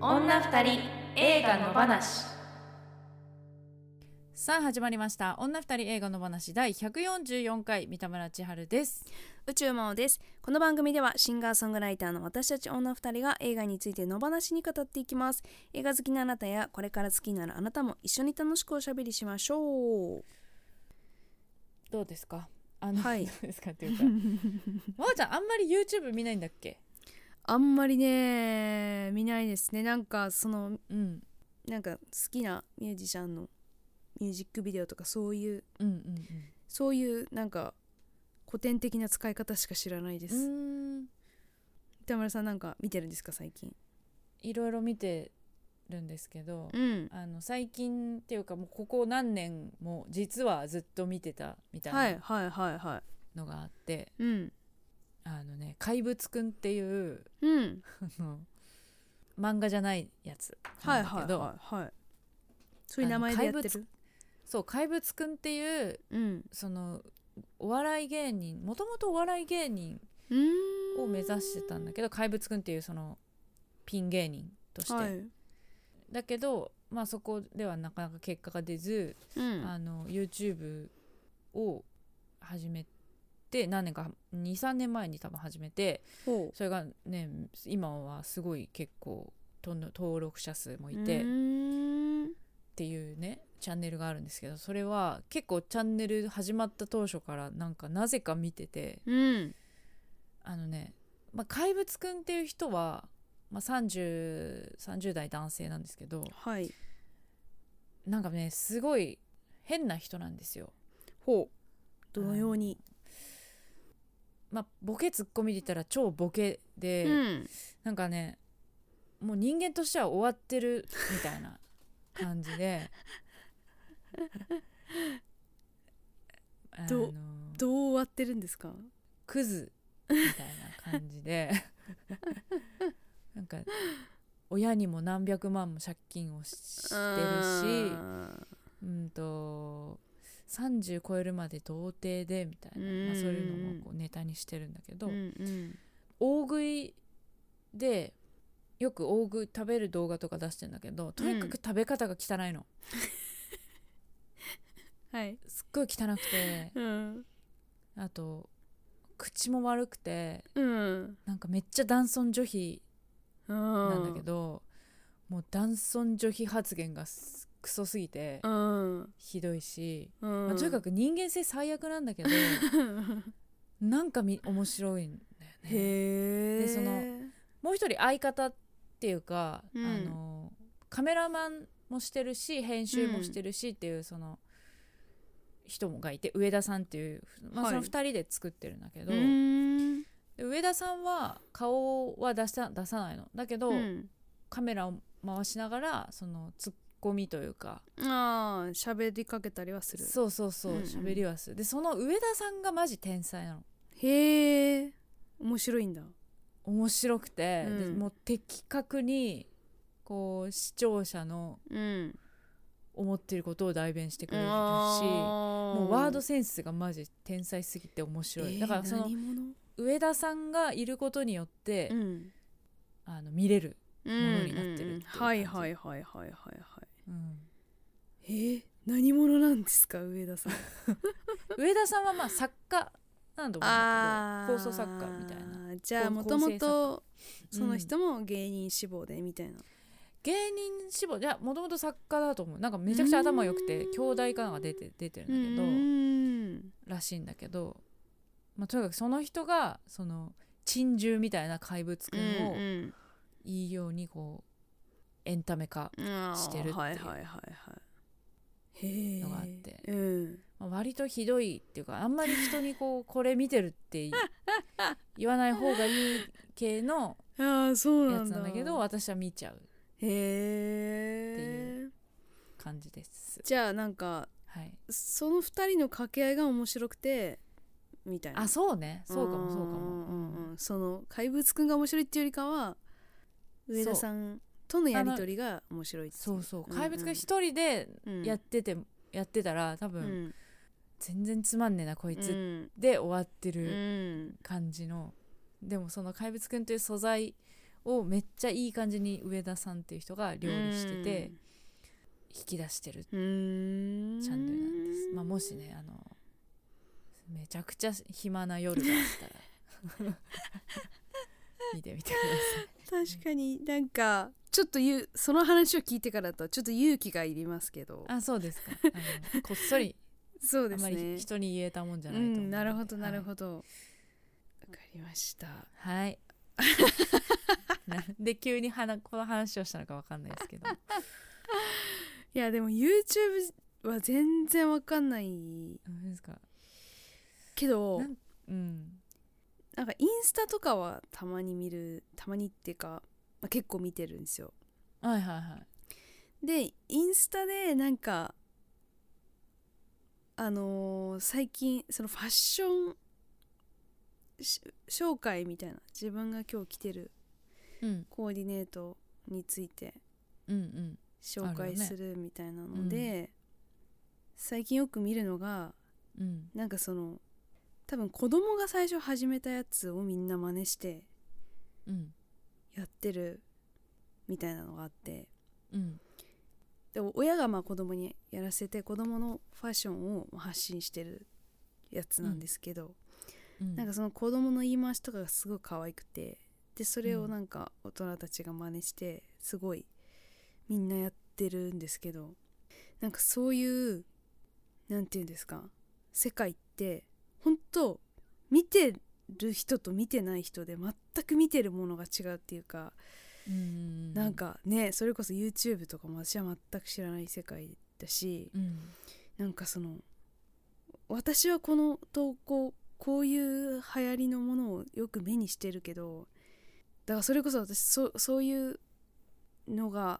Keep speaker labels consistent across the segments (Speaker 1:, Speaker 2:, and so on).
Speaker 1: 女二人映画の話
Speaker 2: さあ始まりました女二人映画の話第144回三田村千春です
Speaker 3: 宇宙魔王ですこの番組ではシンガーソングライターの私たち女二人が映画について野放しに語っていきます映画好きなあなたやこれから好きになるあなたも一緒に楽しくおしゃべりしましょう
Speaker 2: どうですかあの、
Speaker 3: はい
Speaker 2: どうですかって いうかまおちゃんあんまり YouTube 見ないんだっけ
Speaker 3: あんまりね見ないですねなんかその
Speaker 2: うん
Speaker 3: なんか好きなミュージシャンのミュージックビデオとかそういう
Speaker 2: うんうん
Speaker 3: そういうなんか古典的な使い方しか知らないで
Speaker 2: う
Speaker 3: す、
Speaker 2: んうーん
Speaker 3: 田村さんなんか見てるんですか最近
Speaker 2: いろいろ見てるんですけど、
Speaker 3: うん
Speaker 2: あの最近っていうかもうここ何年も実はずっと見てたみた
Speaker 3: はいい
Speaker 2: な
Speaker 3: はいはいは
Speaker 2: のがあって、
Speaker 3: いうん
Speaker 2: あのね「怪物くん」っていう
Speaker 3: うん
Speaker 2: あの漫画じゃないやつ
Speaker 3: は
Speaker 2: ないんだ
Speaker 3: はい
Speaker 2: けど、
Speaker 3: はいはいそういう名前でやっ
Speaker 2: あ
Speaker 3: て
Speaker 2: の怪
Speaker 3: る
Speaker 2: そう「怪物くん」っていう
Speaker 3: うん
Speaker 2: そのお笑い芸人もともとお笑い芸人
Speaker 3: うーん
Speaker 2: を目指してたんだけど怪物くんっていうそのピン芸人として、
Speaker 3: はい
Speaker 2: だけど、まあ、そこではなかなか結果が出ず、
Speaker 3: うん
Speaker 2: あの YouTube を始めて何年か23年前に多分始めて
Speaker 3: ほ
Speaker 2: それがね今はすごい結構とんど登録者数も
Speaker 3: う
Speaker 2: いて
Speaker 3: う
Speaker 2: っ
Speaker 3: ーん
Speaker 2: ていうねチャンネルがあるんですけどそれは結構チャンネル始まった当初からなんかなぜか見てて。
Speaker 3: うん
Speaker 2: あのね、まあ、怪物くんっていう人は、まあ、30, 30代男性なんですけど
Speaker 3: はい
Speaker 2: なんかねすごい変な人なんですよ。
Speaker 3: ほうどのように
Speaker 2: まあ、ボケツッコミで言ったら超ボケで、
Speaker 3: うん
Speaker 2: なんかねもう人間としては終わってるみたい な感じで。あの
Speaker 3: どどう終わってるんですか
Speaker 2: クズみたいな感じでなんか親にも何百万も借金をししてるし
Speaker 3: あ
Speaker 2: うんと30超えるまで童貞でみたいな、まあ、
Speaker 3: うん
Speaker 2: そういうのもこうネタにしてるんだけ
Speaker 3: ー
Speaker 2: ど、
Speaker 3: うんうん
Speaker 2: 大食いでよく大食い食べる動画とか出してんだけどとにかく食べ方が汚いの、
Speaker 3: はい
Speaker 2: すっごい汚くて
Speaker 3: うん
Speaker 2: あと口も悪くて
Speaker 3: うん
Speaker 2: なんかめっちゃ男尊女卑
Speaker 3: な
Speaker 2: なんだけど、もう男尊女卑発言がすクソすぎて
Speaker 3: うんうん
Speaker 2: ひどいし、まあと
Speaker 3: と
Speaker 2: にかく人間性最悪なんだけどなんかみ面白いんだよね。
Speaker 3: へえ
Speaker 2: でそのもう一人相方っていうか、
Speaker 3: うん
Speaker 2: あのカメラマンもしてるし編集もしてるしっていうその人もがいて上田さんっていう、まあ、
Speaker 3: はい
Speaker 2: その2人で作ってるんだけど、
Speaker 3: うーん
Speaker 2: で上田さんは顔は出した出さないのだけど、
Speaker 3: うん
Speaker 2: カメラを回しながらそのツッコミというか
Speaker 3: ああ喋りかけたりはする
Speaker 2: そうそうそう
Speaker 3: うんうん
Speaker 2: 喋、りはするでその上田さんがマジ天才なの
Speaker 3: へえ面白いんだ
Speaker 2: 面白くて、で
Speaker 3: うん
Speaker 2: もう的確にこう視聴者の
Speaker 3: うん
Speaker 2: 思ってることを代弁してくれるし、も
Speaker 3: も
Speaker 2: うワードセンスがマジ天才すぎて面白い、だからその上田さんがいることによって、
Speaker 3: うん
Speaker 2: あの見れる、
Speaker 3: も
Speaker 2: のになってるっていう感じ
Speaker 3: はいはいはいはいはいは
Speaker 2: うん
Speaker 3: いえー、何者なんですか上田さん
Speaker 2: 上田さんはまあ作家なんだと思うんだけど放
Speaker 3: ー
Speaker 2: 送作家みたいな
Speaker 3: じゃあ
Speaker 2: こう
Speaker 3: もともと
Speaker 2: 家
Speaker 3: その人も芸人志望でみたいな、
Speaker 2: 芸人志望いやもともと作家だと思うなんかめちゃくちゃ頭良くて
Speaker 3: うーん
Speaker 2: 兄弟かなんか出て出てる
Speaker 3: うん
Speaker 2: だけど、
Speaker 3: ん
Speaker 2: らしいんだけど、まあ、とにかくその人がその珍獣みたいな怪物く
Speaker 3: うん
Speaker 2: を
Speaker 3: ん
Speaker 2: いいようにこうエンタメ化、
Speaker 3: あー
Speaker 2: してるっていう
Speaker 3: はいはいはいはいへえ
Speaker 2: のがあって
Speaker 3: うん
Speaker 2: まあ、割とひどいっていうかあんまり人にこうこれ見てるって い言わない方がいい系の
Speaker 3: ああそうな
Speaker 2: や
Speaker 3: ん
Speaker 2: つ
Speaker 3: だ
Speaker 2: なんだけど私は見ちゃう
Speaker 3: へえ
Speaker 2: 感じです。
Speaker 3: じゃあなんか
Speaker 2: はい、
Speaker 3: その二人の掛け合いが面白くてみたいな
Speaker 2: あそうねそうかもそうかも。
Speaker 3: んうん
Speaker 2: うん
Speaker 3: うんその怪物くんが面白いっていうよりかは上田さんとのやりとりが面白いってい
Speaker 2: そうそう
Speaker 3: うんん
Speaker 2: 怪物くん一人で
Speaker 3: うん
Speaker 2: やってて、やってたら多
Speaker 3: う
Speaker 2: 分、
Speaker 3: ん
Speaker 2: 全然つまんねえなこいつ、
Speaker 3: うん
Speaker 2: で終わって
Speaker 3: う
Speaker 2: る
Speaker 3: ん
Speaker 2: 感じの、でもその怪物くんという素材をめっちゃいい感じに上田さんっていう人が料理してて引き出してる
Speaker 3: うーん
Speaker 2: チャンネルなんです、まあ、もしねあのめちゃくちゃ暇な夜があったら 見てみてください
Speaker 3: 確かになんかちょっとゆうその話を聞いてからだとちょっと勇気がいりますけど
Speaker 2: あそうですかあのこっそり
Speaker 3: そう
Speaker 2: あ
Speaker 3: です
Speaker 2: まり
Speaker 3: ね
Speaker 2: 人に言えたもんじゃな
Speaker 3: う
Speaker 2: いと思うので、
Speaker 3: んなるほどなる
Speaker 2: ど
Speaker 3: ほどわ、かりました
Speaker 2: はい、 はいなんで急に話この話をしたのかわかんないですけど
Speaker 3: いやでも YouTube は全然わかんない
Speaker 2: 何ですか
Speaker 3: けど
Speaker 2: なんうん
Speaker 3: なんかインスタとかはたまに見るたまにっていうか、まあ、結構見てるんですよ
Speaker 2: はいはいはい
Speaker 3: でインスタでなんかあのー最近そのファッションし紹介みたいな自分が今日着てる
Speaker 2: うん
Speaker 3: コーディネートについて
Speaker 2: うんうん
Speaker 3: 紹
Speaker 2: ある
Speaker 3: 介
Speaker 2: よね
Speaker 3: するみたいなので、最近よく見るのが
Speaker 2: うん
Speaker 3: なんかその多分子供が最初始めたやつをみんな真似して
Speaker 2: うん
Speaker 3: やってるみたいなのがあって
Speaker 2: うん
Speaker 3: で親がまあ子供にやらせて子供のファッションを発信してるやつなんですけど、
Speaker 2: うん
Speaker 3: なんかその子供の言い回しとかがすごい可愛くてでそれをなんか大人たちが真似してすごいみんなやってるんですけどなんかそういうなんていうんですか世界って本当見てる人と見てない人で全く見てるものが違うっていうか
Speaker 2: うんうん
Speaker 3: なんかねそれこそ YouTube とかも私は全く知らない世界だし
Speaker 2: うん
Speaker 3: なんかその私はこの投稿こういう流行りのものをよく目にしてるけどだからそれこそ私そそういうのが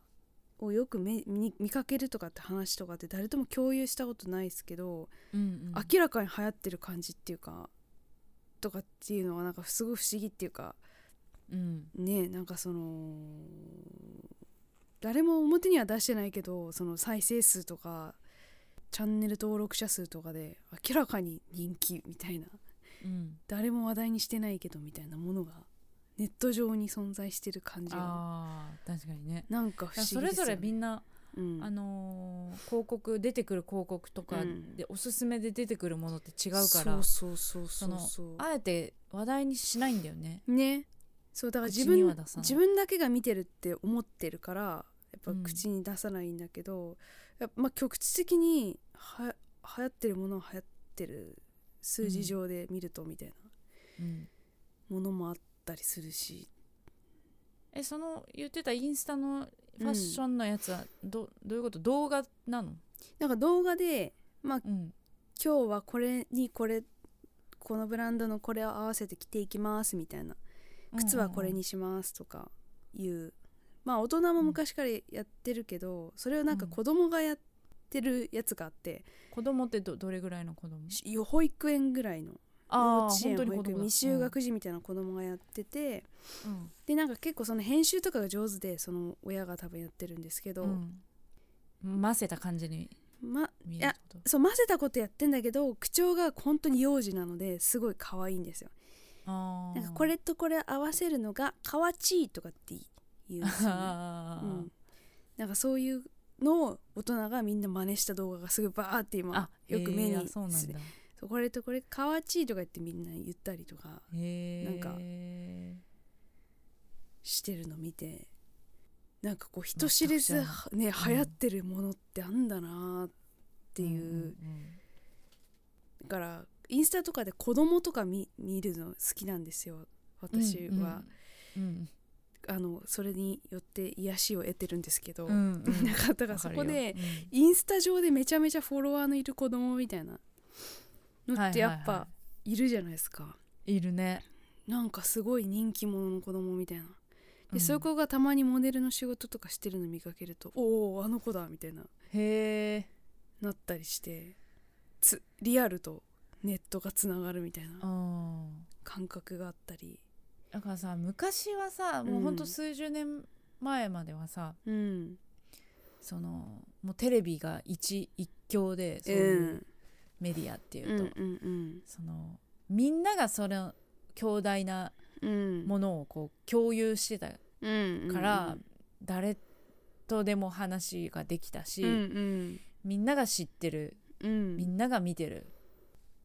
Speaker 3: をよく目に見かけるとかって話とかって誰とも共有したことないですけど、
Speaker 2: うんうん
Speaker 3: 明らかに流行ってる感じっていうかとかっていうのはなんかすごい不思議っていうか
Speaker 2: うん
Speaker 3: ねなんかその誰も表には出してないけどその再生数とかチャンネル登録者数とかで明らかに人気みたいな
Speaker 2: うん
Speaker 3: 誰も話題にしてないけどみたいなものがネット上に存在してる感じが
Speaker 2: あー確かにね
Speaker 3: なんか不思議です
Speaker 2: そ
Speaker 3: よ、ね、
Speaker 2: れぞれみ
Speaker 3: ん
Speaker 2: んな、
Speaker 3: うん、
Speaker 2: あのー広告出てくる広告とか
Speaker 3: うん
Speaker 2: で、おすすめで出てくるものって違うから
Speaker 3: そうそうそうそう
Speaker 2: そ
Speaker 3: そう
Speaker 2: あえて話題にしないんだよね。
Speaker 3: ねそうだから自
Speaker 2: 口に
Speaker 3: 分
Speaker 2: は出さない
Speaker 3: 自分だけが見てるって思ってるからやっぱ
Speaker 2: うん
Speaker 3: 口に出さないんだけど、やっぱまあ、局地的には流行ってるものは流行ってる数字上で見るとみたいな
Speaker 2: うん、
Speaker 3: ものもあったりするし、
Speaker 2: えその言ってたインスタのファッションのやつはど,、どういうこと動画なの、
Speaker 3: なんか動画で
Speaker 2: うん
Speaker 3: 今日はこれにこれこのブランドのこれを合わせて着ていきますみたいな靴はこれにしますとかいう、まあ大人も昔からやってるけど、それをなんか子供がやってるやつがあって、
Speaker 2: 子供ってどどれぐらいの子供
Speaker 3: し保育園ぐらいの幼
Speaker 2: あ
Speaker 3: 稚
Speaker 2: ー
Speaker 3: 園
Speaker 2: 本当に子供
Speaker 3: 保育園
Speaker 2: だ
Speaker 3: 未就学児みたいな子供がやってて、
Speaker 2: うん
Speaker 3: でなんか結構その編集とかが上手でその親が多分やってるんですけど、
Speaker 2: うんうん混ぜた感じに
Speaker 3: ま
Speaker 2: 見えるってこと
Speaker 3: そう混ぜたことやってんだけど口調が本当に幼児なのですごい可愛いんですよ。
Speaker 2: あー
Speaker 3: なんか これとこれ合わせるのが「かわちい」とかって言うんですよね、
Speaker 2: あ
Speaker 3: う
Speaker 2: ー、
Speaker 3: ん、なんかそういうのを大人がみんな真似した動画がすごいバーって今
Speaker 2: あ
Speaker 3: よく目に
Speaker 2: へーあそうなんだ
Speaker 3: そうこれとこれ「かわちい」とかってみんな言ったりとか
Speaker 2: へー
Speaker 3: なんかしてるの見てなんかこう人知れず、
Speaker 2: 全く
Speaker 3: はね、
Speaker 2: うん
Speaker 3: 流行ってるものってあんだなーっていう、
Speaker 2: ん
Speaker 3: だからインスタとかで子供とか見見るの好きなんですよ
Speaker 2: うんうん
Speaker 3: 私は、
Speaker 2: うん
Speaker 3: あのそれによって癒しを得てるんですけど、
Speaker 2: うんうんうん
Speaker 3: なんかだから
Speaker 2: わ
Speaker 3: そ
Speaker 2: かる
Speaker 3: こ
Speaker 2: よ
Speaker 3: で
Speaker 2: うん
Speaker 3: インスタ上でめちゃめちゃフォロワーのいる子供みたいなのってやっ
Speaker 2: はいはい
Speaker 3: ぱ
Speaker 2: はい
Speaker 3: るじゃないですか、
Speaker 2: いるね
Speaker 3: なんかすごい人気者の子供みたいなで、
Speaker 2: うん
Speaker 3: そういう子がたまにモデルの仕事とかしてるの見かけるとおおあの子だみたいな
Speaker 2: へえ
Speaker 3: なったりしてつリアルとネットがつながるみたいな感覚があったり
Speaker 2: だからさ昔はさ
Speaker 3: うん
Speaker 2: もうほんと数十年前まではさ、
Speaker 3: うん
Speaker 2: そのもうテレビが一一強でそうういうんうメディアっていう
Speaker 3: うんう
Speaker 2: と、
Speaker 3: ん
Speaker 2: そのみんながその強大な
Speaker 3: うんうん
Speaker 2: ものをこう共有してた
Speaker 3: うんうんうん
Speaker 2: から、誰とでも話ができたし、
Speaker 3: うんうん
Speaker 2: みんなが知ってる
Speaker 3: うん
Speaker 2: みんなが見てるっ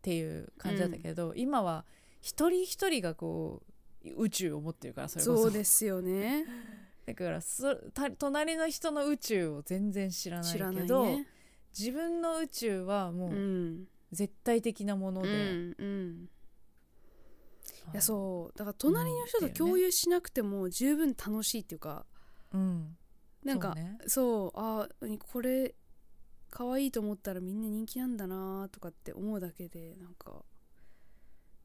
Speaker 2: ていう感じだったけど、今は一人一人がこう宇宙を持ってるからそれこそ
Speaker 3: そうですよね
Speaker 2: だからそた隣の人の宇宙を全然知らない
Speaker 3: 知らな
Speaker 2: け
Speaker 3: い
Speaker 2: ど
Speaker 3: ね
Speaker 2: 自分の宇宙はも
Speaker 3: う
Speaker 2: ううん絶対的なもの
Speaker 3: う
Speaker 2: で、
Speaker 3: んうんいや
Speaker 2: う、
Speaker 3: そうだから隣の人と
Speaker 2: うんだよね
Speaker 3: 共有しなくても十分楽しいっていうか
Speaker 2: うん、
Speaker 3: なんか
Speaker 2: そうね
Speaker 3: そうあこれ可愛いと思ったらみんな人気なんだなとかって思うだけでなんか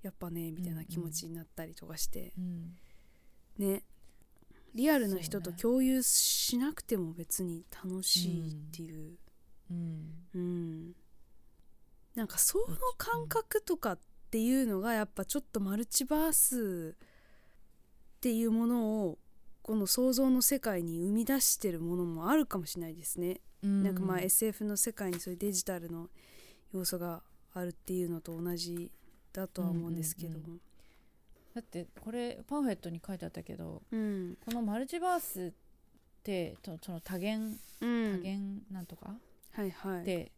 Speaker 3: やっぱねみたいな気持ちになったりとかして、
Speaker 2: うん
Speaker 3: ねリアルな
Speaker 2: そう
Speaker 3: 人と
Speaker 2: ね
Speaker 3: 共有しなくても別に楽しいっていう、
Speaker 2: うん
Speaker 3: うんなんかその感覚とかっていうのがやっぱちょっとマルチバースっていうものをこの想像の世界に生み出してるものもあるかもしれないですね。なんかまあ SF の世界にそういうデジタルの要素があるっていうのと同じだとは思うんですけども。
Speaker 2: だってこれパンフレットに書いてあったけど
Speaker 3: うん
Speaker 2: このマルチバースってとその多元
Speaker 3: うん
Speaker 2: 多元なんとか、
Speaker 3: はいはい。
Speaker 2: で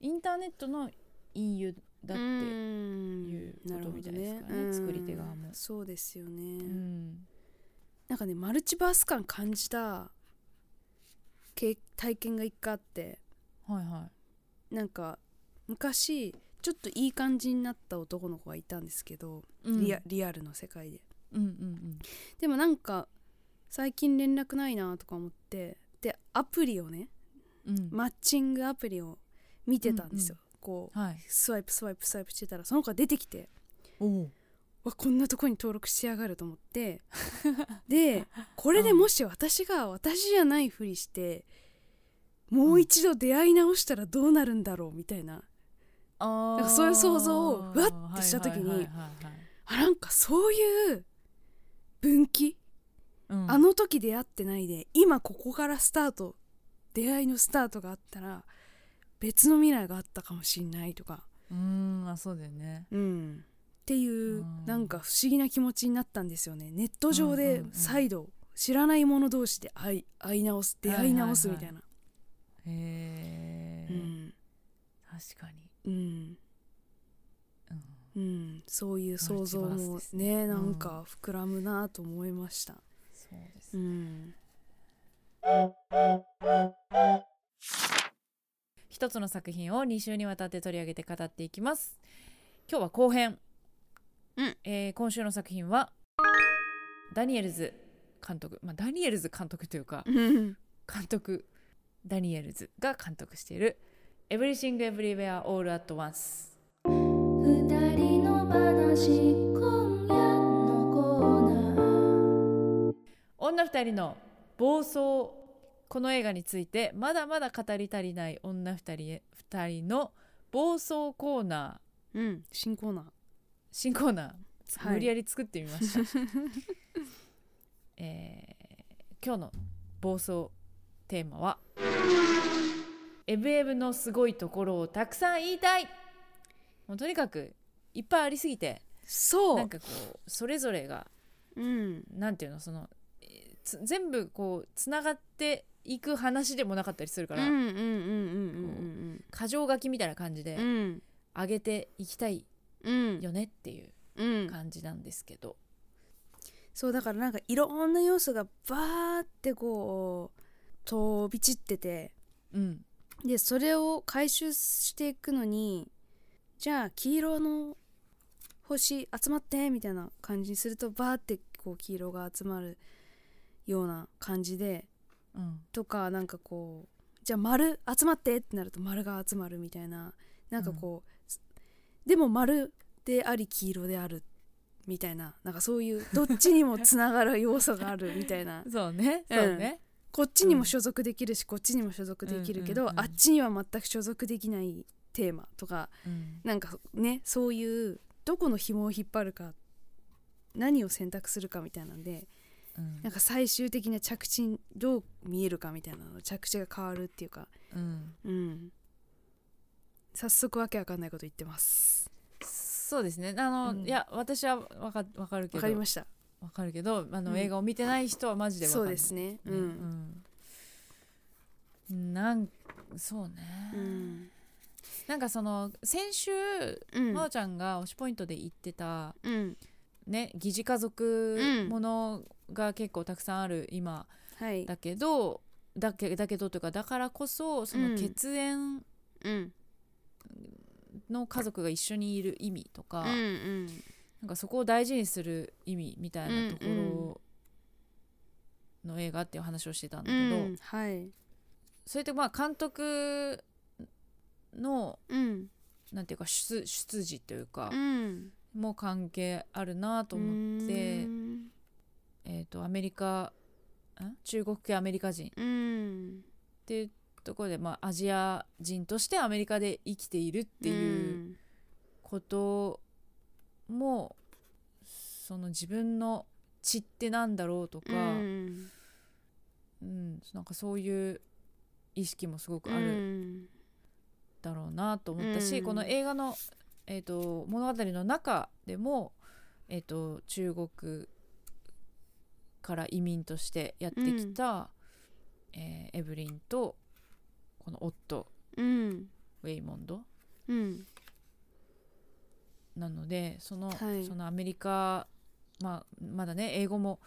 Speaker 2: インターネットの隠喩だって、
Speaker 3: いう
Speaker 2: ことみたいですからね作り手側も
Speaker 3: そうですよね、
Speaker 2: うん
Speaker 3: なんかねマルチバース感感じた経体験が一回あって
Speaker 2: はいは
Speaker 3: なんか昔ちょっといい感じになった男の子がいたんですけど、
Speaker 2: い、うん、
Speaker 3: リアリアルの世界で
Speaker 2: うんうん
Speaker 3: でもなんか最近連絡ないなとか思ってでアプリをね
Speaker 2: うんうん、
Speaker 3: マッチングアプリを見てたんですよ、こう
Speaker 2: はい
Speaker 3: スワイプスワイプスワイプしてたらその子が出てきて
Speaker 2: おお
Speaker 3: わこんなとこに登録しやがると思って でこれでもし私が私じゃないふりしてもう一度出会い直したらどうなるんだろうみたいな
Speaker 2: あー
Speaker 3: なんかそういう想像をうわってした時に
Speaker 2: はいはいはいはい
Speaker 3: あなんかそういう分岐、
Speaker 2: うん
Speaker 3: あの時出会ってないで今ここからスタート出会いのスタートがあったら別の未来があったかもしんないとか、
Speaker 2: うーんあそうだよね
Speaker 3: うん、ってい
Speaker 2: う
Speaker 3: う
Speaker 2: ん
Speaker 3: なんか不思議な気持ちになったんですよねネット上
Speaker 2: うん
Speaker 3: で
Speaker 2: うんうん
Speaker 3: 再度知らない者同士で会い会い直す出会い直す
Speaker 2: は
Speaker 3: み
Speaker 2: いはい
Speaker 3: た
Speaker 2: はい
Speaker 3: な、
Speaker 2: へえ、
Speaker 3: うん
Speaker 2: 確かに、
Speaker 3: うん
Speaker 2: うん、
Speaker 3: うん、そういう想像
Speaker 2: マルチバ
Speaker 3: も
Speaker 2: ースです
Speaker 3: ね
Speaker 2: ね
Speaker 3: なんか膨らむなと思いました、
Speaker 2: そうです、
Speaker 3: うん、
Speaker 2: 一つの作品を2週にわたって取り上げて語っていきます今日は後編、
Speaker 3: うん
Speaker 2: えー今週の作品はダニエルズ監督、まあ、ダニエルズ監督というか監督ダニエルズが監督している「Everything Everywhere All at Once
Speaker 1: 二人の話今夜のコーナー」
Speaker 2: 女二人の暴走この映画についてまだまだ語り足りない女二人へ二人の暴走コーナー
Speaker 3: うん、新コーナー
Speaker 2: 新コーナー、
Speaker 3: はい
Speaker 2: 無理やり作ってみま した、えー今日の暴走テーマは「エブエブのすごいところをたくさん言いたい」もうとにかくいっぱいありすぎて
Speaker 3: そう
Speaker 2: なんかこうそれぞれが
Speaker 3: うん、
Speaker 2: なんていうのそのえーつ全部こうつながっていく話でもなかったりするから、
Speaker 3: うんうんうんうん
Speaker 2: 過剰書きみたいな感じ
Speaker 3: うんうんう
Speaker 2: で
Speaker 3: ん
Speaker 2: 上げていきたい
Speaker 3: うん
Speaker 2: よねっていう
Speaker 3: うん
Speaker 2: 感じなんですけど、
Speaker 3: そうだからなんかいろんな要素がバーってこう飛び散ってて
Speaker 2: うん、
Speaker 3: でそれを回収していくのにじゃあ黄色の星集まってみたいな感じにするとバーってこう黄色が集まるような感じで
Speaker 2: うん
Speaker 3: とかなんかこうじゃあ丸集まってってなると丸が集まるみたいななんかこう、すでも丸であり黄色であるみたいななんかそういうどっちにもつながる要素があるみたい な
Speaker 2: そうね、そうね。
Speaker 3: こっちにも所属できるし、こっちにも所属できるけど、
Speaker 2: うんうんうん
Speaker 3: あっちには全く所属できないテーマとか
Speaker 2: うん
Speaker 3: なんかねそういうどこの紐を引っ張るか何を選択するかみたいなんで
Speaker 2: うん
Speaker 3: なんか最終的な着地にどう見えるかみたいなの着地が変わるっていうか
Speaker 2: うん
Speaker 3: うん早速わけわかんないこと言ってます
Speaker 2: そうですね。あの、
Speaker 3: うん
Speaker 2: いや私はわかわかるけど、
Speaker 3: わかりました
Speaker 2: わかるけどあの、
Speaker 3: うん
Speaker 2: 映画を見てない人はマジでわか
Speaker 3: そ
Speaker 2: ん
Speaker 3: う
Speaker 2: ない
Speaker 3: ですねう、
Speaker 2: うんん、うん、なんそうね、
Speaker 3: うん
Speaker 2: なんかその先週
Speaker 3: うん
Speaker 2: まおちゃんが推しポイントで言ってた、
Speaker 3: うん
Speaker 2: ね疑似家
Speaker 3: う
Speaker 2: 族
Speaker 3: ん
Speaker 2: ものが結構たくさんある今
Speaker 3: はい
Speaker 2: だけどだけだけどというかだからこそそうの
Speaker 3: ん
Speaker 2: 血縁
Speaker 3: うん
Speaker 2: の家族が一緒にいる意味とか、
Speaker 3: うんうん
Speaker 2: なんかそこを大事にする意味みたいなところの映画っていう話をしてたんだけど、
Speaker 3: うんはい
Speaker 2: それってまあ監督の
Speaker 3: うん
Speaker 2: なんていうか出出自というか
Speaker 3: うん
Speaker 2: もう関係あるなと
Speaker 3: と
Speaker 2: 思って、えー、とアメリカん中国系アメリカ人っ
Speaker 3: うん
Speaker 2: ていうところで、まあ、アジア人としてアメリカで生きているっていううことも、その自分の血ってなんだろうとか、
Speaker 3: う
Speaker 2: うん
Speaker 3: ん
Speaker 2: なんかそういう意識もすごくあ
Speaker 3: う
Speaker 2: る
Speaker 3: ん
Speaker 2: だろうなと思ったし、
Speaker 3: うん
Speaker 2: この映画の、えー、と物語の中でも、えー、と中国から移民としてやってきた、えーエブリンとこの夫
Speaker 3: うん
Speaker 2: ウェイモンド
Speaker 3: うん
Speaker 2: なのでその,、
Speaker 3: はい
Speaker 2: そのアメリカ、まあ、まだね英語も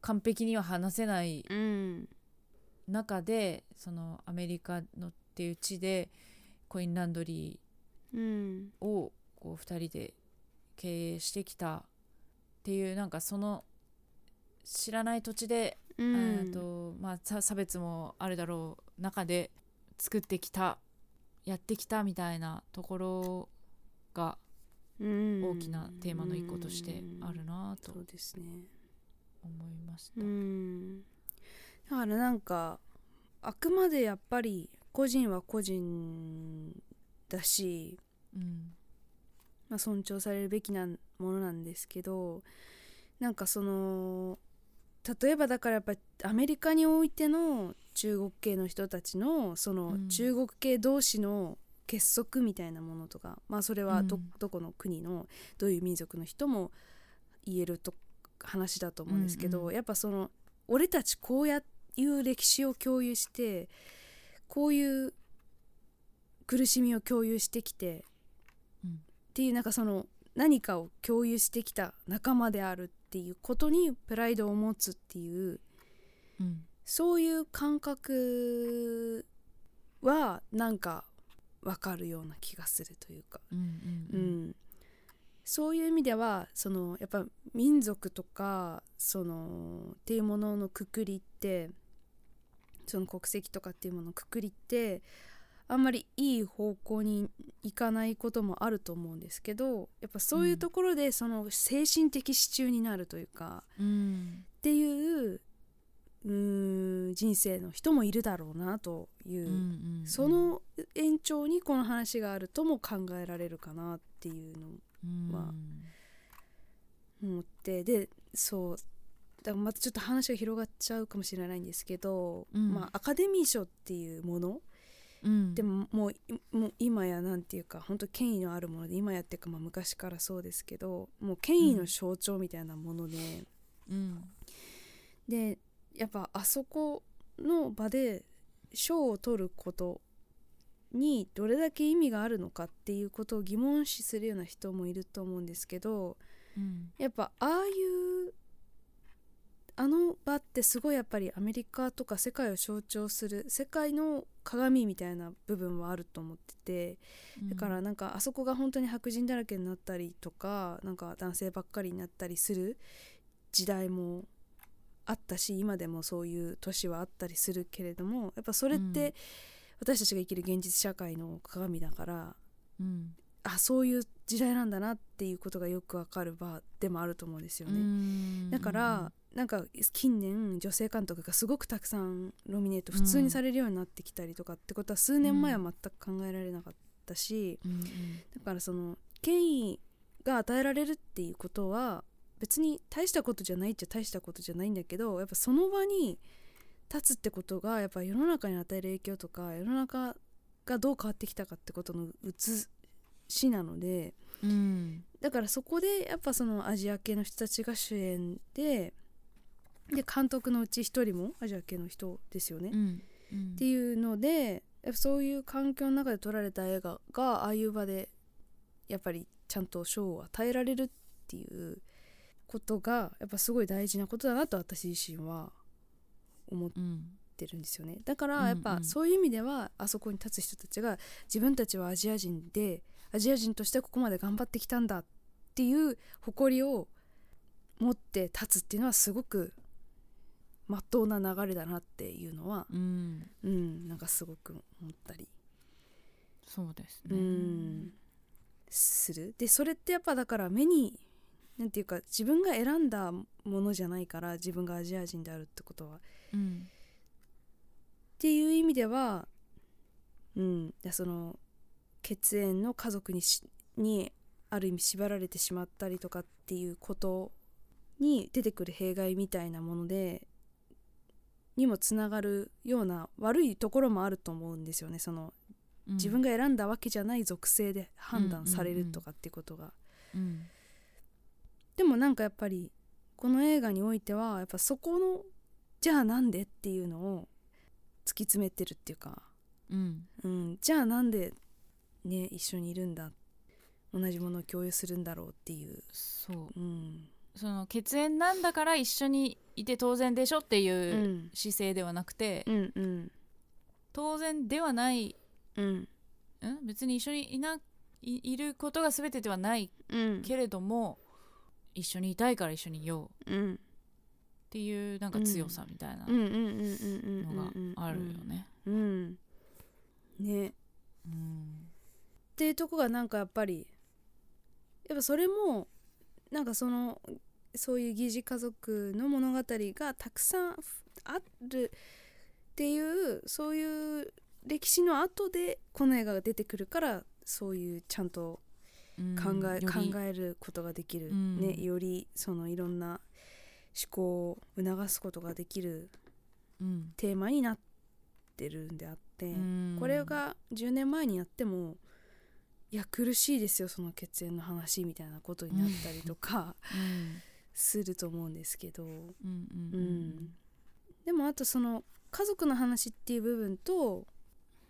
Speaker 2: 完璧には話せない
Speaker 3: うん
Speaker 2: 中でそのアメリカのっていう地でコインランドリー
Speaker 3: うん
Speaker 2: をこう2人で経営してきたっていうなんかその知らない土地で、
Speaker 3: う
Speaker 2: え
Speaker 3: ん
Speaker 2: ーとまあ、さ差別もあるだろう中で作ってきたやってきたみたいなところが大
Speaker 3: 大
Speaker 2: きなテーマの一個としてあるなと
Speaker 3: そうですね
Speaker 2: 思いました。
Speaker 3: うんだからなんかあくまでやっぱり個人は個人だし、
Speaker 2: うん
Speaker 3: まあ、尊重されるべきなものなんですけどなんかその例えばだからやっぱりアメリカにおいての中国系の人たちのそうの
Speaker 2: ん
Speaker 3: 中国系同士の結束みたいなものとか、まあそれはど,、
Speaker 2: うん
Speaker 3: どこの国のどういう民族の人も言えると話だと思うんですけど、
Speaker 2: うんう
Speaker 3: やっぱその俺たちこうやいう歴史を共有してこういう苦しみを共有してきて
Speaker 2: うん
Speaker 3: っていうなんかその何かを共有してきた仲間であるっていうことにプライドを持つっていう
Speaker 2: うん
Speaker 3: そういう感覚はなんかわかるような気がするというか、
Speaker 2: うん
Speaker 3: う
Speaker 2: うんん
Speaker 3: そういう意味ではそのやっぱ民族とかそのっていうもののくくりってその国籍とかっていうもののくくりってあんまりいい方向に行かないこともあると思うんですけどやっぱそういうところでその精神的支柱になるというか、
Speaker 2: うん
Speaker 3: っていううーん人生の人もいるだろうなという、
Speaker 2: うんうん
Speaker 3: その延長にこの話があるとも考えられるかなっていうのを
Speaker 2: うん
Speaker 3: は思ってでそうだからまたちょっと話が広がっちゃうかもしれないんですけど、
Speaker 2: うん
Speaker 3: まあ、アカデミー賞っていうもの
Speaker 2: うん
Speaker 3: でももういもう今やなんていうか本当権威のあるもので今やっていうかまあ昔からそうですけどもう権威の象徴みたいなもので。
Speaker 2: うん
Speaker 3: でやっぱあそこの場で賞を取ることにどれだけ意味があるのかっていうことを疑問視するような人もいると思うんですけど
Speaker 2: うん
Speaker 3: やっぱああいうあの場ってすごいやっぱりアメリカとか世界を象徴する世界の鏡みたいな部分はあると思っててだからなんかあそこが本当に白人だらけになったりとかなんか男性ばっかりになったりする時代もあったし今でもそういう都市はあったりするけれどもやっぱそれっ
Speaker 2: うん
Speaker 3: て私たちが生きる現実社会の鏡だから
Speaker 2: うん
Speaker 3: あそういう時代なんだなっていうことがよくわかる場でもあると思うんですよね。
Speaker 2: ね
Speaker 3: だからなんか近年女性監督がすごくたくさんノミネート普通にされるようになってきたりとかってことは数年前は全く考えられなかったし、
Speaker 2: うん
Speaker 3: だからその権威が与えられるっていうことは別に大したことじゃないっちゃ大したことじゃないんだけどやっぱその場に立つってことがやっぱ世の中に与える影響とか世の中がどう変わってきたかってことの写しなので
Speaker 2: うん
Speaker 3: だからそこでやっぱそのアジア系の人たちが主演でで監督のうち一人もアジア系の人ですよね、
Speaker 2: う
Speaker 3: っ
Speaker 2: ん
Speaker 3: ていうのでやっぱそういう環境の中で撮られた映画がああいう場でやっぱりちゃんと賞を与えられるっていうことがやっぱすごい大事なことだなと私自身は思っ
Speaker 2: うん
Speaker 3: ってるんですよねだか
Speaker 2: うんう
Speaker 3: ら
Speaker 2: ん
Speaker 3: やっぱそういう意味ではあそこに立つ人たちが自分たちはアジア人でアジア人としてここまで頑張ってきたんだっていう誇りを持って立つっていうのはすごくまっとうな流れだなっていうのは、
Speaker 2: うん
Speaker 3: うん、なんかすごく思ったり、
Speaker 2: そうです
Speaker 3: う
Speaker 2: ね
Speaker 3: ん、する。でそれってやっぱだから目になんていうか自分が選んだものじゃないから自分がアジア人であるってことは
Speaker 2: うん
Speaker 3: っていう意味ではうんだその血縁の家族にしにある意味縛られてしまったりとかっていうことに出てくる弊害みたいなものでにもつながるような悪いところもあると思うんですよねその
Speaker 2: うん
Speaker 3: 自分が選んだわけじゃない属性で判断され
Speaker 2: うんうん
Speaker 3: る
Speaker 2: うん
Speaker 3: とかってことが
Speaker 2: うん
Speaker 3: でもなんかやっぱりこの映画においてはやっぱそこのじゃあなんでっていうのを突き詰めてるっていうか
Speaker 2: うん
Speaker 3: うん、じゃあなんでね一緒にいるんだ同じものを共有するんだろうっていう、
Speaker 2: そう
Speaker 3: うん
Speaker 2: その血縁なんだから一緒にいて当然でしょって
Speaker 3: う、
Speaker 2: いうん姿勢ではなくて、
Speaker 3: うんうん
Speaker 2: 当然ではない
Speaker 3: うん
Speaker 2: ん別に一緒にいないいることが全てではない
Speaker 3: うん
Speaker 2: けれども、一緒にいたいから一緒にいようっ
Speaker 3: うん
Speaker 2: ていうなんか強さみたいな
Speaker 3: うんうんうんうんう
Speaker 2: の
Speaker 3: ん
Speaker 2: があるよね。
Speaker 3: うんねっ
Speaker 2: うん
Speaker 3: ていうとこがなんかやっぱりやっぱそれもなんかそのそういう疑似家族の物語がたくさんあるっていうそういう歴史の後でこの映画が出てくるからそういうちゃんと
Speaker 2: うん
Speaker 3: 考え、
Speaker 2: より
Speaker 3: 考えることができる、
Speaker 2: うん
Speaker 3: ねよりそのいろんな思考を促すことができる
Speaker 2: うん
Speaker 3: テーマになってるんであって、
Speaker 2: うん
Speaker 3: これが10年前にやってもいや苦しいですよその血縁の話みたいなことになったりとか
Speaker 2: うん
Speaker 3: すると思うんですけど、
Speaker 2: うんうん
Speaker 3: う
Speaker 2: うんん、
Speaker 3: でもあとその家族の話っていう部分と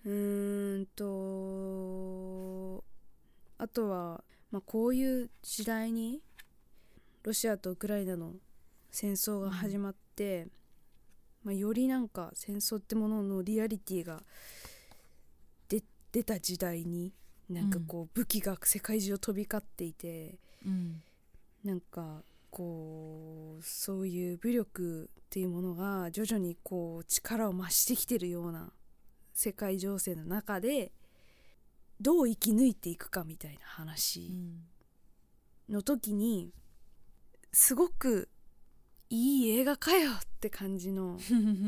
Speaker 3: うーんとあとは、まあ、こういう時代にロシアとウクライナの戦争が始まって、まあ、よりなんか戦争ってもののリアリティが出出た時代になんかこう武器が世界中を飛び交っていて。
Speaker 2: うん
Speaker 3: なんかこうそういう武力っていうものが徐々にこう力を増してきてるような世界情勢の中でどう生き抜いていくかみたいな
Speaker 2: う
Speaker 3: 話
Speaker 2: ん
Speaker 3: の時にすごくいい映画かよって感じ の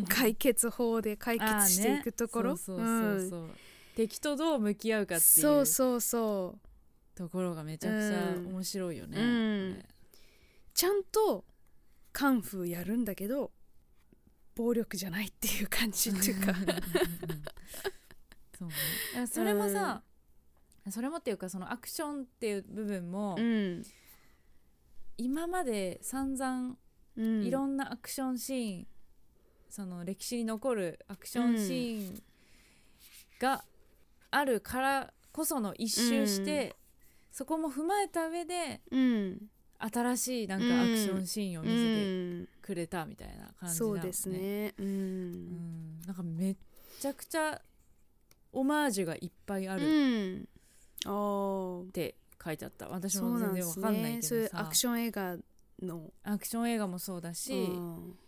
Speaker 3: 解決法で解
Speaker 2: あーね
Speaker 3: 決していくところ
Speaker 2: そうそうそう
Speaker 3: うん
Speaker 2: そう敵とどう向き合うかってい
Speaker 3: そう
Speaker 2: う
Speaker 3: そうそう
Speaker 2: ところがめちゃくちゃ面白いよね。
Speaker 3: うん
Speaker 2: これ
Speaker 3: ちゃんとカンフーやるんだけど暴力じゃないっていう感じっていうか
Speaker 2: そうねいやそれもさ、それもっていうかそのアクションっていう部分も、
Speaker 3: ん、
Speaker 2: 今まで散々
Speaker 3: うん、
Speaker 2: いろんなアクションシーン、その歴史に残るアクションシーンがあるからこその一周して、そこも踏まえた上で
Speaker 3: うん
Speaker 2: 新しいなんか
Speaker 3: うん
Speaker 2: アクションシーンを見せて
Speaker 3: うん
Speaker 2: くれたみたいな感じだ
Speaker 3: そ
Speaker 2: もん
Speaker 3: うですねう、
Speaker 2: うんんなんかめっちゃくちゃオマージュがいっぱいあ
Speaker 3: う
Speaker 2: る
Speaker 3: ん、あー
Speaker 2: って書いてあった私
Speaker 3: そ
Speaker 2: も
Speaker 3: う
Speaker 2: 全
Speaker 3: なんで
Speaker 2: 然わ
Speaker 3: す
Speaker 2: かんない
Speaker 3: ね
Speaker 2: け
Speaker 3: そうい
Speaker 2: ど
Speaker 3: うア
Speaker 2: さ
Speaker 3: クション映画の
Speaker 2: アクション映画もそうだし、
Speaker 3: うん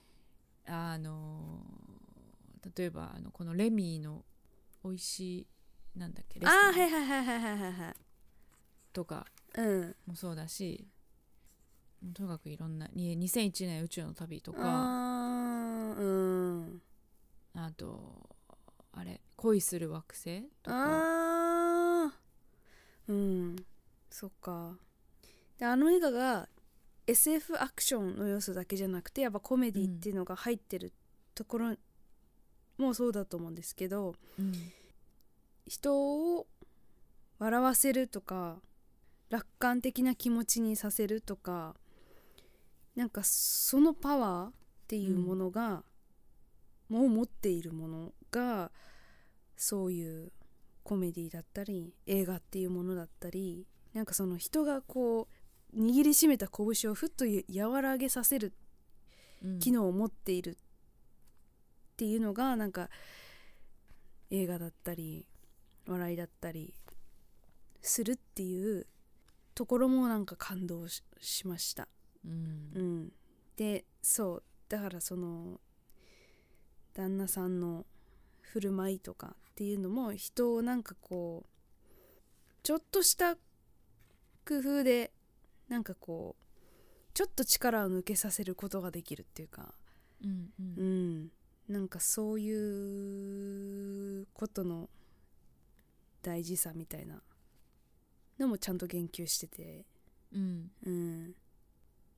Speaker 2: あのー例えばあのこのレミーの美味しいなんだっけレ
Speaker 3: ああ
Speaker 2: ス
Speaker 3: ー
Speaker 2: トラン
Speaker 3: はいはいはいはいはいはいはい
Speaker 2: とか
Speaker 3: うん
Speaker 2: もそうだし、とにかくいろんなに2001年宇宙の旅とかあ
Speaker 3: あーうん
Speaker 2: とあれ恋する惑星とか
Speaker 3: あーうんそっかであの映画が SF アクションの要素だけじゃなくてやっぱコメディっていうのが入ってるところもそうだと思うんですけど、
Speaker 2: うん
Speaker 3: 人を笑わせるとか楽観的な気持ちにさせるとかなんかそのパワーっていうものが、もう持っているものがそういうコメディだったり映画っていうものだったりなんかその人がこう握りしめた拳をふっと和らげさせる
Speaker 2: うん
Speaker 3: 機能を持っているっていうのがなんか映画だったり笑いだったりするっていうところもなんか感動ししました。
Speaker 2: うん
Speaker 3: うん、でそうだからその旦那さんの振る舞いとかっていうのも人をなんかこうちょっとした工夫でなんかこうちょっと力を抜けさせることができるっていうか
Speaker 2: うんう
Speaker 3: うんん、なんかそういうことの大事さみたいなのもちゃんと言及してて、
Speaker 2: うん
Speaker 3: うん、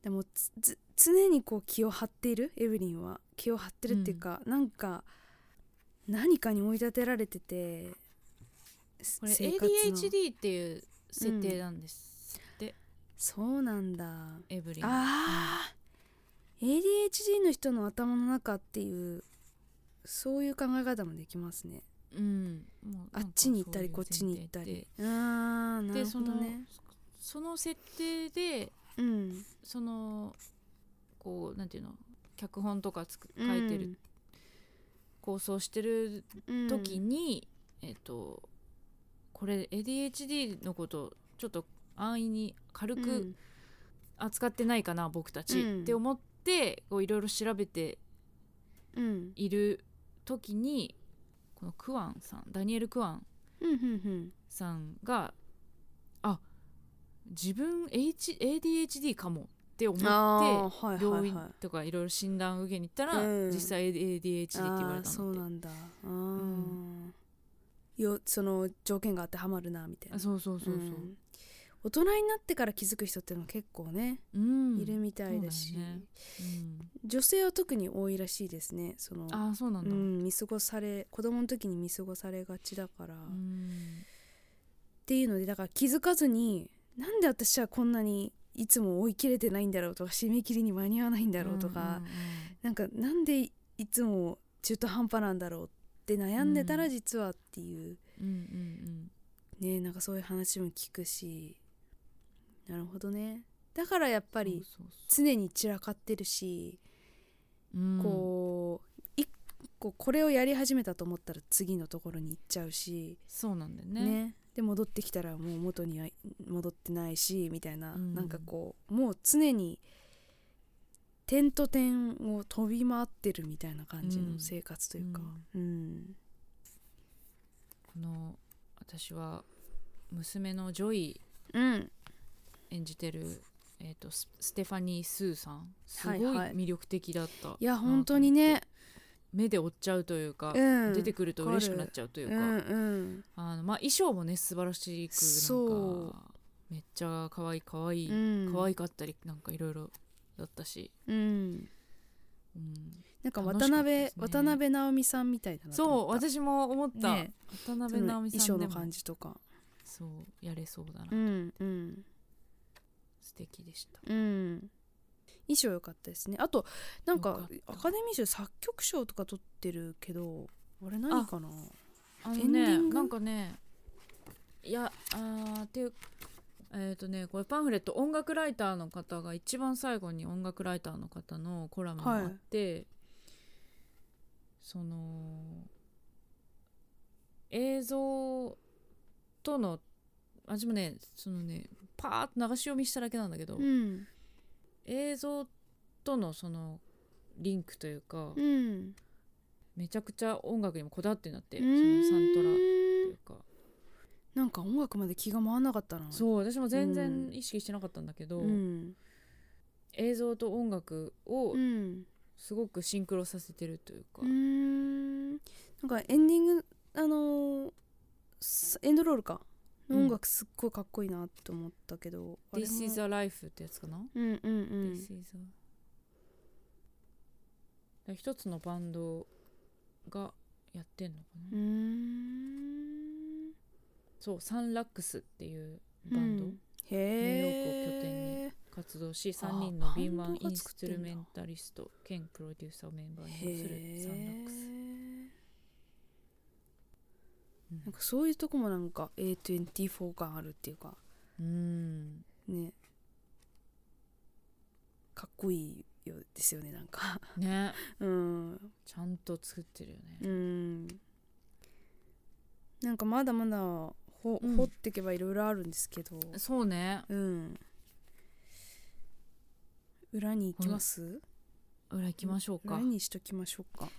Speaker 3: でもつず常にこう気を張っているエブリンは気を張ってるっていうか、なんか何かに追い立てられてて
Speaker 2: こ
Speaker 3: こ
Speaker 2: れ ADHD っていう設定なんですって、
Speaker 3: そうなんだ
Speaker 2: エブリン
Speaker 3: あー ADHD の人の頭の中っていうそういう考え方もできますね
Speaker 2: うんもう
Speaker 3: あっちに行ったりこっちに行ったりあー
Speaker 2: なん
Speaker 3: な
Speaker 2: か
Speaker 3: る
Speaker 2: そ
Speaker 3: ほ
Speaker 2: ういう
Speaker 3: ど
Speaker 2: 前提で
Speaker 3: ね
Speaker 2: そのその設定で
Speaker 3: うん
Speaker 2: そのこうなんていうの脚本とかつく書いてる、構想してる
Speaker 3: うん
Speaker 2: 時に、えっとこれ ADHD のことちょっと安易に軽
Speaker 3: う
Speaker 2: く
Speaker 3: ん
Speaker 2: 扱ってないかな、僕たち、
Speaker 3: うん
Speaker 2: って思ってこういろいろ調べて
Speaker 3: うん
Speaker 2: いる時にこのクワンさんダニエル・クワン
Speaker 3: うんうん
Speaker 2: さんがあ自分、H、ADHD かもって思
Speaker 3: うんあ
Speaker 2: っ
Speaker 3: ーはい
Speaker 2: て
Speaker 3: は
Speaker 2: 病
Speaker 3: い
Speaker 2: 院
Speaker 3: はい
Speaker 2: とかいろいろ診断受けに行ったら、
Speaker 3: うん
Speaker 2: 実際 ADHD って言われたの
Speaker 3: あ
Speaker 2: っ
Speaker 3: ー
Speaker 2: て
Speaker 3: そうなんだあー、
Speaker 2: ん
Speaker 3: よその条件が当てはまるなみたいな
Speaker 2: あそうそうそうそう、
Speaker 3: ん大人になってから気づく人っていうのは結構ね、
Speaker 2: うん
Speaker 3: いるみたいだ
Speaker 2: そ
Speaker 3: し
Speaker 2: うだよねうん
Speaker 3: 女性は特に多いらしいですねその
Speaker 2: ああそうな
Speaker 3: うん
Speaker 2: だ、うん
Speaker 3: ん、見過ごされ子供の時に見過ごされがちだから、
Speaker 2: う
Speaker 3: っ
Speaker 2: ん
Speaker 3: ていうのでだから気づかずになんで私はこんなにいつも追い切れてないんだろうとか締め切りに間に合わないんだろうとか、なんかなんでいつも中途半端なんだろうって悩んでた
Speaker 2: う
Speaker 3: ら
Speaker 2: ん
Speaker 3: 実はっていう、
Speaker 2: うんうんうん
Speaker 3: ねなんかそういう話も聞くしなるほどねだからやっぱ
Speaker 2: ぱ
Speaker 3: り常に散らかってるし、
Speaker 2: こうん
Speaker 3: こう一個これをやり始めたと思ったら次のところに行っちゃうし。
Speaker 2: そうなんだよ
Speaker 3: ね
Speaker 2: ね
Speaker 3: で戻ってきたらもう元にはい戻ってないしみたいな、
Speaker 2: うん
Speaker 3: なんかこうもう常に点と点を飛び回ってるみたいな感じ
Speaker 2: う
Speaker 3: の
Speaker 2: ん
Speaker 3: 生活というか、うん
Speaker 2: この私は娘のジョイ
Speaker 3: うん
Speaker 2: 演じてる、えー、とスステファニー・スーさんすごい
Speaker 3: はいはい
Speaker 2: 魅力的だった、
Speaker 3: いや本当にね、
Speaker 2: 目で追っちゃうというか、
Speaker 3: うん、
Speaker 2: 出てくると嬉しくなっちゃうといううんか、
Speaker 3: うん
Speaker 2: あのまあ、衣装もね素晴らしくなん
Speaker 3: そ
Speaker 2: かめっちゃ可愛い可愛い、
Speaker 3: うん
Speaker 2: 可愛かったりなんかいろいろだったし、
Speaker 3: うん
Speaker 2: うん
Speaker 3: なんか
Speaker 2: 楽
Speaker 3: 渡
Speaker 2: しかった
Speaker 3: 辺、
Speaker 2: ですね
Speaker 3: 渡辺直美さんみたいだなと
Speaker 2: そう
Speaker 3: 思った
Speaker 2: 私も思った、
Speaker 3: ね
Speaker 2: 渡辺直美
Speaker 3: そ
Speaker 2: さ
Speaker 3: の
Speaker 2: んでも
Speaker 3: 衣装の感じとか
Speaker 2: そうやれそうだな、
Speaker 3: うんうん
Speaker 2: 素敵でした
Speaker 3: うん衣装良かったですねあとなん
Speaker 2: 良
Speaker 3: か
Speaker 2: かった
Speaker 3: アカデミー賞作曲賞とか取ってるけどあれ何かな
Speaker 2: あの
Speaker 3: エンディ
Speaker 2: ね
Speaker 3: ング
Speaker 2: なんかねいやあーっていうえっ、とねこれパンフレット音楽ライターの方が一番最後に音楽ライターの方のコラムがあって、その映像との私もねそのねパーッと流し読みしただけなんだけど、
Speaker 3: うん
Speaker 2: 映像とのそのリンクというか、
Speaker 3: うん
Speaker 2: めちゃくちゃ音楽にもこだわってなってそのサントラという
Speaker 3: ラ
Speaker 2: か。
Speaker 3: なんか音楽まで気が回らなかったな
Speaker 2: そう私も全然
Speaker 3: うん
Speaker 2: 意識してなかったんだけど、
Speaker 3: うん
Speaker 2: 映像と音楽を
Speaker 3: うん
Speaker 2: すごくシンクロさせてるというか、
Speaker 3: うんなんかエンディングあのーすエンドロールかの音楽すっごいかっこいいなって思ったけどあれも
Speaker 2: This is a life ってやつかな、
Speaker 3: うんうんうん
Speaker 2: This is a だから一つのバンドがやってんのか
Speaker 3: う
Speaker 2: な、
Speaker 3: ん
Speaker 2: そうサンラックスっていうバンド、
Speaker 3: うんへ
Speaker 2: ニューヨークを拠点
Speaker 3: え
Speaker 2: 活動し
Speaker 3: あ
Speaker 2: 3人の敏
Speaker 3: バン
Speaker 2: 腕
Speaker 3: ド
Speaker 2: イ
Speaker 3: が
Speaker 2: ン
Speaker 3: 作
Speaker 2: ス
Speaker 3: って
Speaker 2: ト
Speaker 3: んだ
Speaker 2: ゥルメンタリスト兼プロデューサーをメンバーにするサンラックス
Speaker 3: へ
Speaker 2: うん
Speaker 3: ーなんかそういうとこもなんか A24 感あるっていうか
Speaker 2: うん
Speaker 3: ねかっこいいよですよねなんか
Speaker 2: ね
Speaker 3: うん
Speaker 2: ちゃんと作ってるよね
Speaker 3: うんなんかまだまだほ、
Speaker 2: うん
Speaker 3: 掘っていけばいろいろあるんですけど
Speaker 2: そうね
Speaker 3: うん裏に行きます
Speaker 2: 裏行きましょうか
Speaker 3: 裏にしときましょうか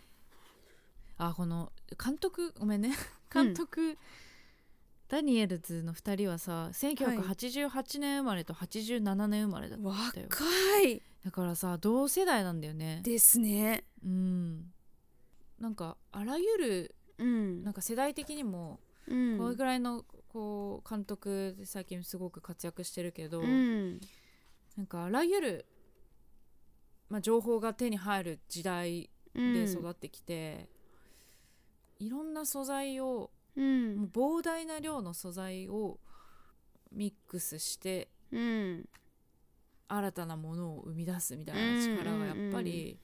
Speaker 2: あこの監督ご めんね
Speaker 3: うん
Speaker 2: 監督、ダニエルズの2人はさ1988年生まれと87年生まれだ
Speaker 3: 若
Speaker 2: よ
Speaker 3: い
Speaker 2: だからさ同世代なんだよね
Speaker 3: ですね
Speaker 2: うんなんかあらゆる
Speaker 3: うん
Speaker 2: なんか世代的にも
Speaker 3: うん
Speaker 2: これぐらいのこう監督で最近すごく活躍してるけど、
Speaker 3: うん
Speaker 2: なんかあらゆる、まあ、情報が手に入る時代で育ってきて、いろんな素材を
Speaker 3: うん
Speaker 2: もう膨大な量の素材をミックスして
Speaker 3: うん
Speaker 2: 新たなものを生み出すみたいな力がやっぱり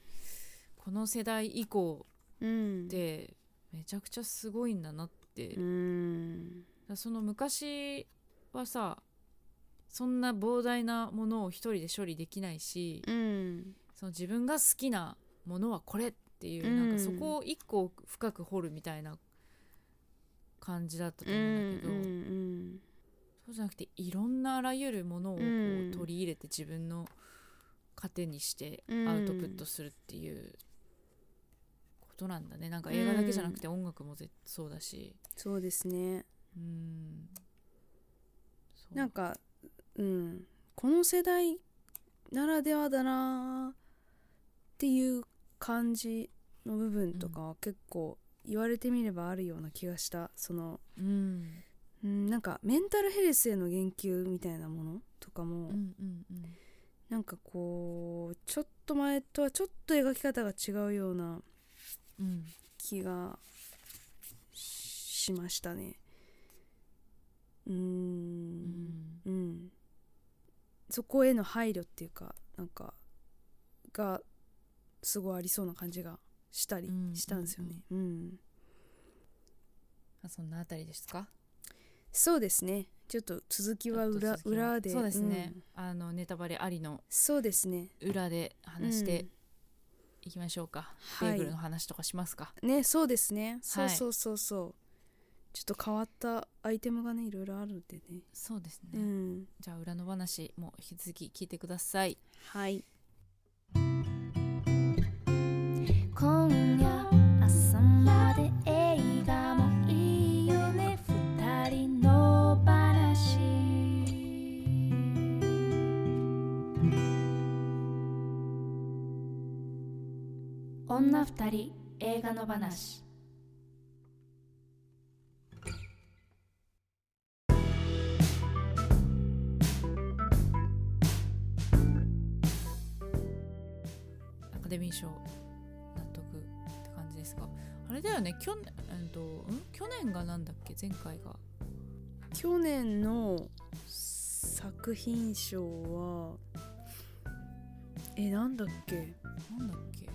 Speaker 2: この世代以降
Speaker 3: うん
Speaker 2: でめちゃくちゃすごいんだなって、だ
Speaker 3: う
Speaker 2: か
Speaker 3: ん
Speaker 2: らその昔はさそんな膨大なものを一人で処理できないし、
Speaker 3: うん
Speaker 2: その自分が好きなものはこれっていう、
Speaker 3: うん
Speaker 2: なんかそこを一個深く掘るみたいな感じだったと思うんだけど。
Speaker 3: うん
Speaker 2: そうじゃなくていろんなあらゆるものをこう
Speaker 3: うん
Speaker 2: 取り入れて自分の糧にして
Speaker 3: うん
Speaker 2: アウトプットするっていうことなんだねなんか映画だけじゃなくて音楽もぜそうだし
Speaker 3: そうですね
Speaker 2: うんそう
Speaker 3: なんかうんこの世代ならではだなっていう感じの部分とかは結構言われてみればあるような気がしたその
Speaker 2: うん
Speaker 3: うんなんかメンタルヘルスへの言及みたいなものとかも、
Speaker 2: うんうんうん
Speaker 3: なんかこうちょっと前とはちょっと描き方が違うような
Speaker 2: うん
Speaker 3: 気がしましたねうー
Speaker 2: うんん
Speaker 3: うんそこへの配慮っていうかなんかがすごいありそうな感じがしたり
Speaker 2: うん
Speaker 3: したんですよねうん、
Speaker 2: あそんなあたりですか
Speaker 3: そうですねちょっと続きは
Speaker 2: ちょ
Speaker 3: 裏
Speaker 2: っと続きは
Speaker 3: 裏で
Speaker 2: そうですね
Speaker 3: ん
Speaker 2: あのネタバレありの
Speaker 3: そうですね
Speaker 2: 裏で話し
Speaker 3: う
Speaker 2: て
Speaker 3: ん
Speaker 2: いきましょうか
Speaker 3: は
Speaker 2: ベー
Speaker 3: い
Speaker 2: グルの話とかしますか
Speaker 3: ねそうですねそうそうそうそう、ちょっと変わったアイテムがねいろいろあるんでね
Speaker 2: そうです
Speaker 3: う
Speaker 2: ね
Speaker 3: ん
Speaker 2: じゃあ裏の話も引き続き聞いてください
Speaker 3: はい
Speaker 1: 今夜朝まで映画もいいよね二人の話女二人映画の話
Speaker 2: アカデミー賞納得って感じですがあれだよね去年,、うんとん、去年がなんだっけ前回が
Speaker 3: 去年の作品賞はえなんだっけ
Speaker 2: なんだっけ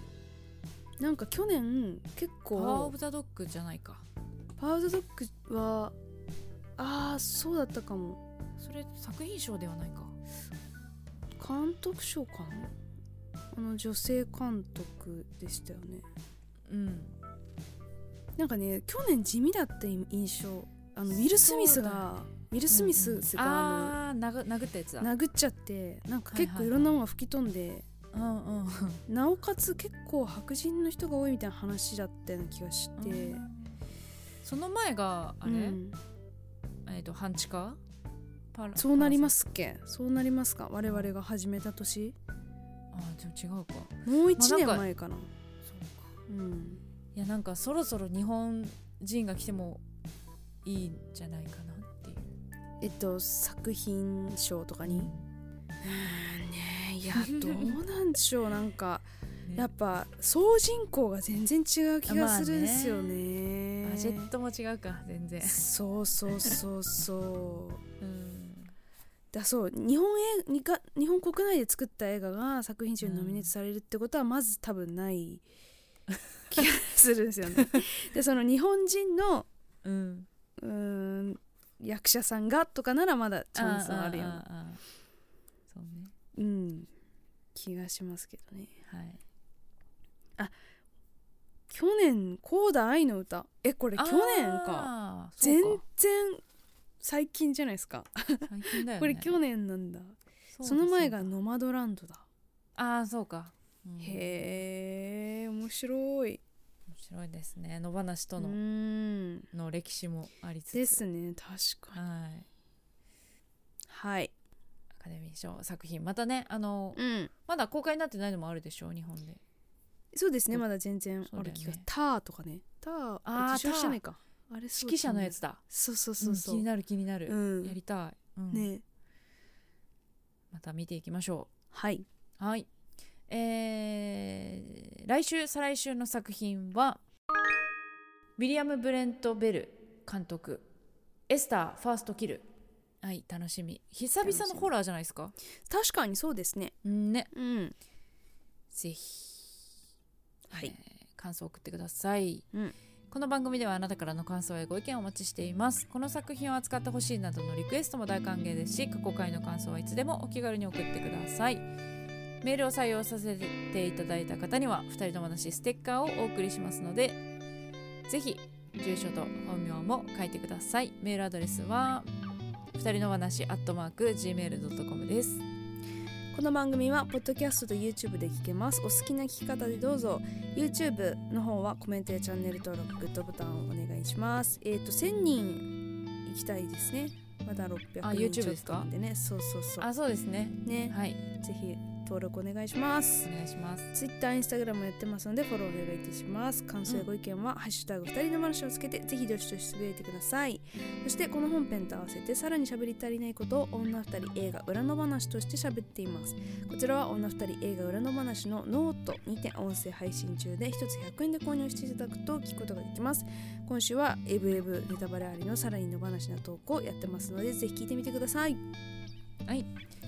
Speaker 3: なんか去年結
Speaker 2: パワー・オ
Speaker 3: 構
Speaker 2: ブ・ザ・ドッグじゃないか
Speaker 3: パワー・ザ・ドッグはああそうだったかも
Speaker 2: それ作品賞ではないか
Speaker 3: 監督賞かなあの女性監督でしたよね
Speaker 2: うん
Speaker 3: なんかね去年地味だった印象あのウィル・スミスが、ウィル・スミスが、あ
Speaker 2: ああー殴殴ったやつだ
Speaker 3: の殴っちゃってなんか
Speaker 2: はいはい
Speaker 3: 結
Speaker 2: は
Speaker 3: 構
Speaker 2: い
Speaker 3: いろんなものが吹き飛んで、
Speaker 2: うんうんうん
Speaker 3: なおかつ結構白人の人が多いみたいな話だったような気がして、
Speaker 2: その前があれ、
Speaker 3: うん
Speaker 2: えっ、と半地下パラ
Speaker 3: そうなりますすっけそうなりますか我々が始めた年
Speaker 2: あーでも違うか
Speaker 3: もう1年
Speaker 2: まあなんか
Speaker 3: 前かな,、
Speaker 2: そうか
Speaker 3: うん、
Speaker 2: いやなんかそろそろ日本人が来てもいいんじゃないかなっていう
Speaker 3: えっと作品賞とかに、
Speaker 2: ね
Speaker 3: え いやどうなんでしょうなんかやっ
Speaker 2: ぱ
Speaker 3: ぱ総人口が全然違う気がするんですよね,、
Speaker 2: バジェットも違うか全然
Speaker 3: そうそうそうそう
Speaker 2: うん
Speaker 3: だそう日本映にか日本国内で作った映画が作品賞にノミネートされるってことはまず多 分ない気がするんですよね。でその日本人の
Speaker 2: うん
Speaker 3: うーん役者さんがとかならまだチャンスはあるような、
Speaker 2: あーそうね
Speaker 3: うん、気がしますけどね。
Speaker 2: はい
Speaker 3: 去年「コーダ愛の歌」えこれ去年か
Speaker 2: あー
Speaker 3: 全
Speaker 2: そうか
Speaker 3: 然最近じゃないですか
Speaker 2: 最近だよね
Speaker 3: これ去年なんだその前が「ノマドランドだ」
Speaker 2: ああーそうか、うん
Speaker 3: へえ面白い
Speaker 2: 面白いですね野放し
Speaker 3: う
Speaker 2: との,、
Speaker 3: ん
Speaker 2: の歴史もありつつ
Speaker 3: ですね確かに
Speaker 2: はい
Speaker 3: はい
Speaker 2: アカデミー賞作品またねあの、
Speaker 3: うん
Speaker 2: まだ公開になってないのもあるでしょう日本で
Speaker 3: そうですねまだ全然
Speaker 2: そう
Speaker 3: あ
Speaker 2: だ
Speaker 3: る
Speaker 2: よね
Speaker 3: 気が「ター」とかね「ター」
Speaker 2: あー
Speaker 3: 受賞してないかあれ指
Speaker 2: 指揮者のやつだ
Speaker 3: そうそうそうそ
Speaker 2: ん気
Speaker 3: う
Speaker 2: になる気になる、
Speaker 3: うん
Speaker 2: やりたい、うん
Speaker 3: ね
Speaker 2: また見ていきましょ
Speaker 3: はいう
Speaker 2: はいえー来週再来週の作品はウィリアム・ブレント・ベル監督「エスター・ファースト・キル」はい楽しみ久々のホラーじゃないですか
Speaker 3: 確かにそうですね
Speaker 2: うんね
Speaker 3: うん
Speaker 2: ぜひ、
Speaker 3: はい
Speaker 2: えー感想を送ってください、
Speaker 3: うん
Speaker 2: この番組ではあなたからの感想やご意見をお待ちしていますこの作品を扱ってほしいなどのリクエストも大歓迎ですし過去回の感想はいつでもお気軽に送ってくださいメールを採用させていただいた方には2人の話ステッカーをお送りしますのでぜひ住所と本名も書いてくださいメールアドレスは2人の話アットマーク gmail.com です
Speaker 3: この番組はポッドキャストと YouTube で聞けますお好きな聞き方でどうぞ YouTube の方はコメントやチャンネル登録グッドボタンをお願いしますえっ、と1000人行きたいですねまだ
Speaker 2: あ
Speaker 3: 600
Speaker 2: YouTube
Speaker 3: 人ちょっとなんでねそうそうそう
Speaker 2: あそうですね
Speaker 3: ね
Speaker 2: はい
Speaker 3: ぜひ登録お願いします
Speaker 2: お願いします
Speaker 3: Twitter、Instagram もやってますのでフォローお願いいたします感想やご意見は、ハッシュタグ2人の話をつけてぜひどしどしつぶやいてくださいそしてこの本編と合わせてさらに喋り足りないことを女2人映画裏の話として喋っていますこちらは女2人映画裏の話のノートにて音声配信中で1つ100円で購入していただくと聞くことができます今週はエブエブネタバレありのさらにの話な投稿をやってますのでぜひ聞いてみてください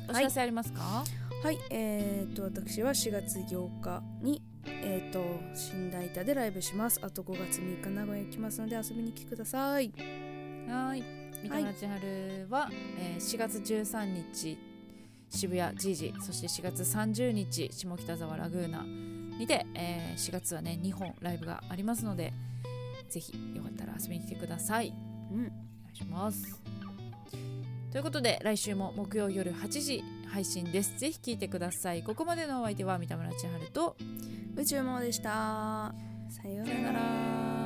Speaker 2: お知らせありますか、
Speaker 3: はい、えー、と私は4月8日に、えー、と新大田でライブしますあと5月3日名古屋行きますので遊びに来てください
Speaker 2: はい。三田千春は、えー4月13日渋谷ジージそして4月30日下北沢ラグーナにて、え4月はね2本ライブがありますのでぜひよかったら遊びに来てください。
Speaker 3: うん
Speaker 2: お願いします。ということで来週も木曜夜8時配信です。ぜひ聞いてください。ここまでのお相手は三田村千春と
Speaker 3: 宇宙もでしたさよう
Speaker 2: さ
Speaker 3: な
Speaker 2: よな
Speaker 3: ら
Speaker 2: ら。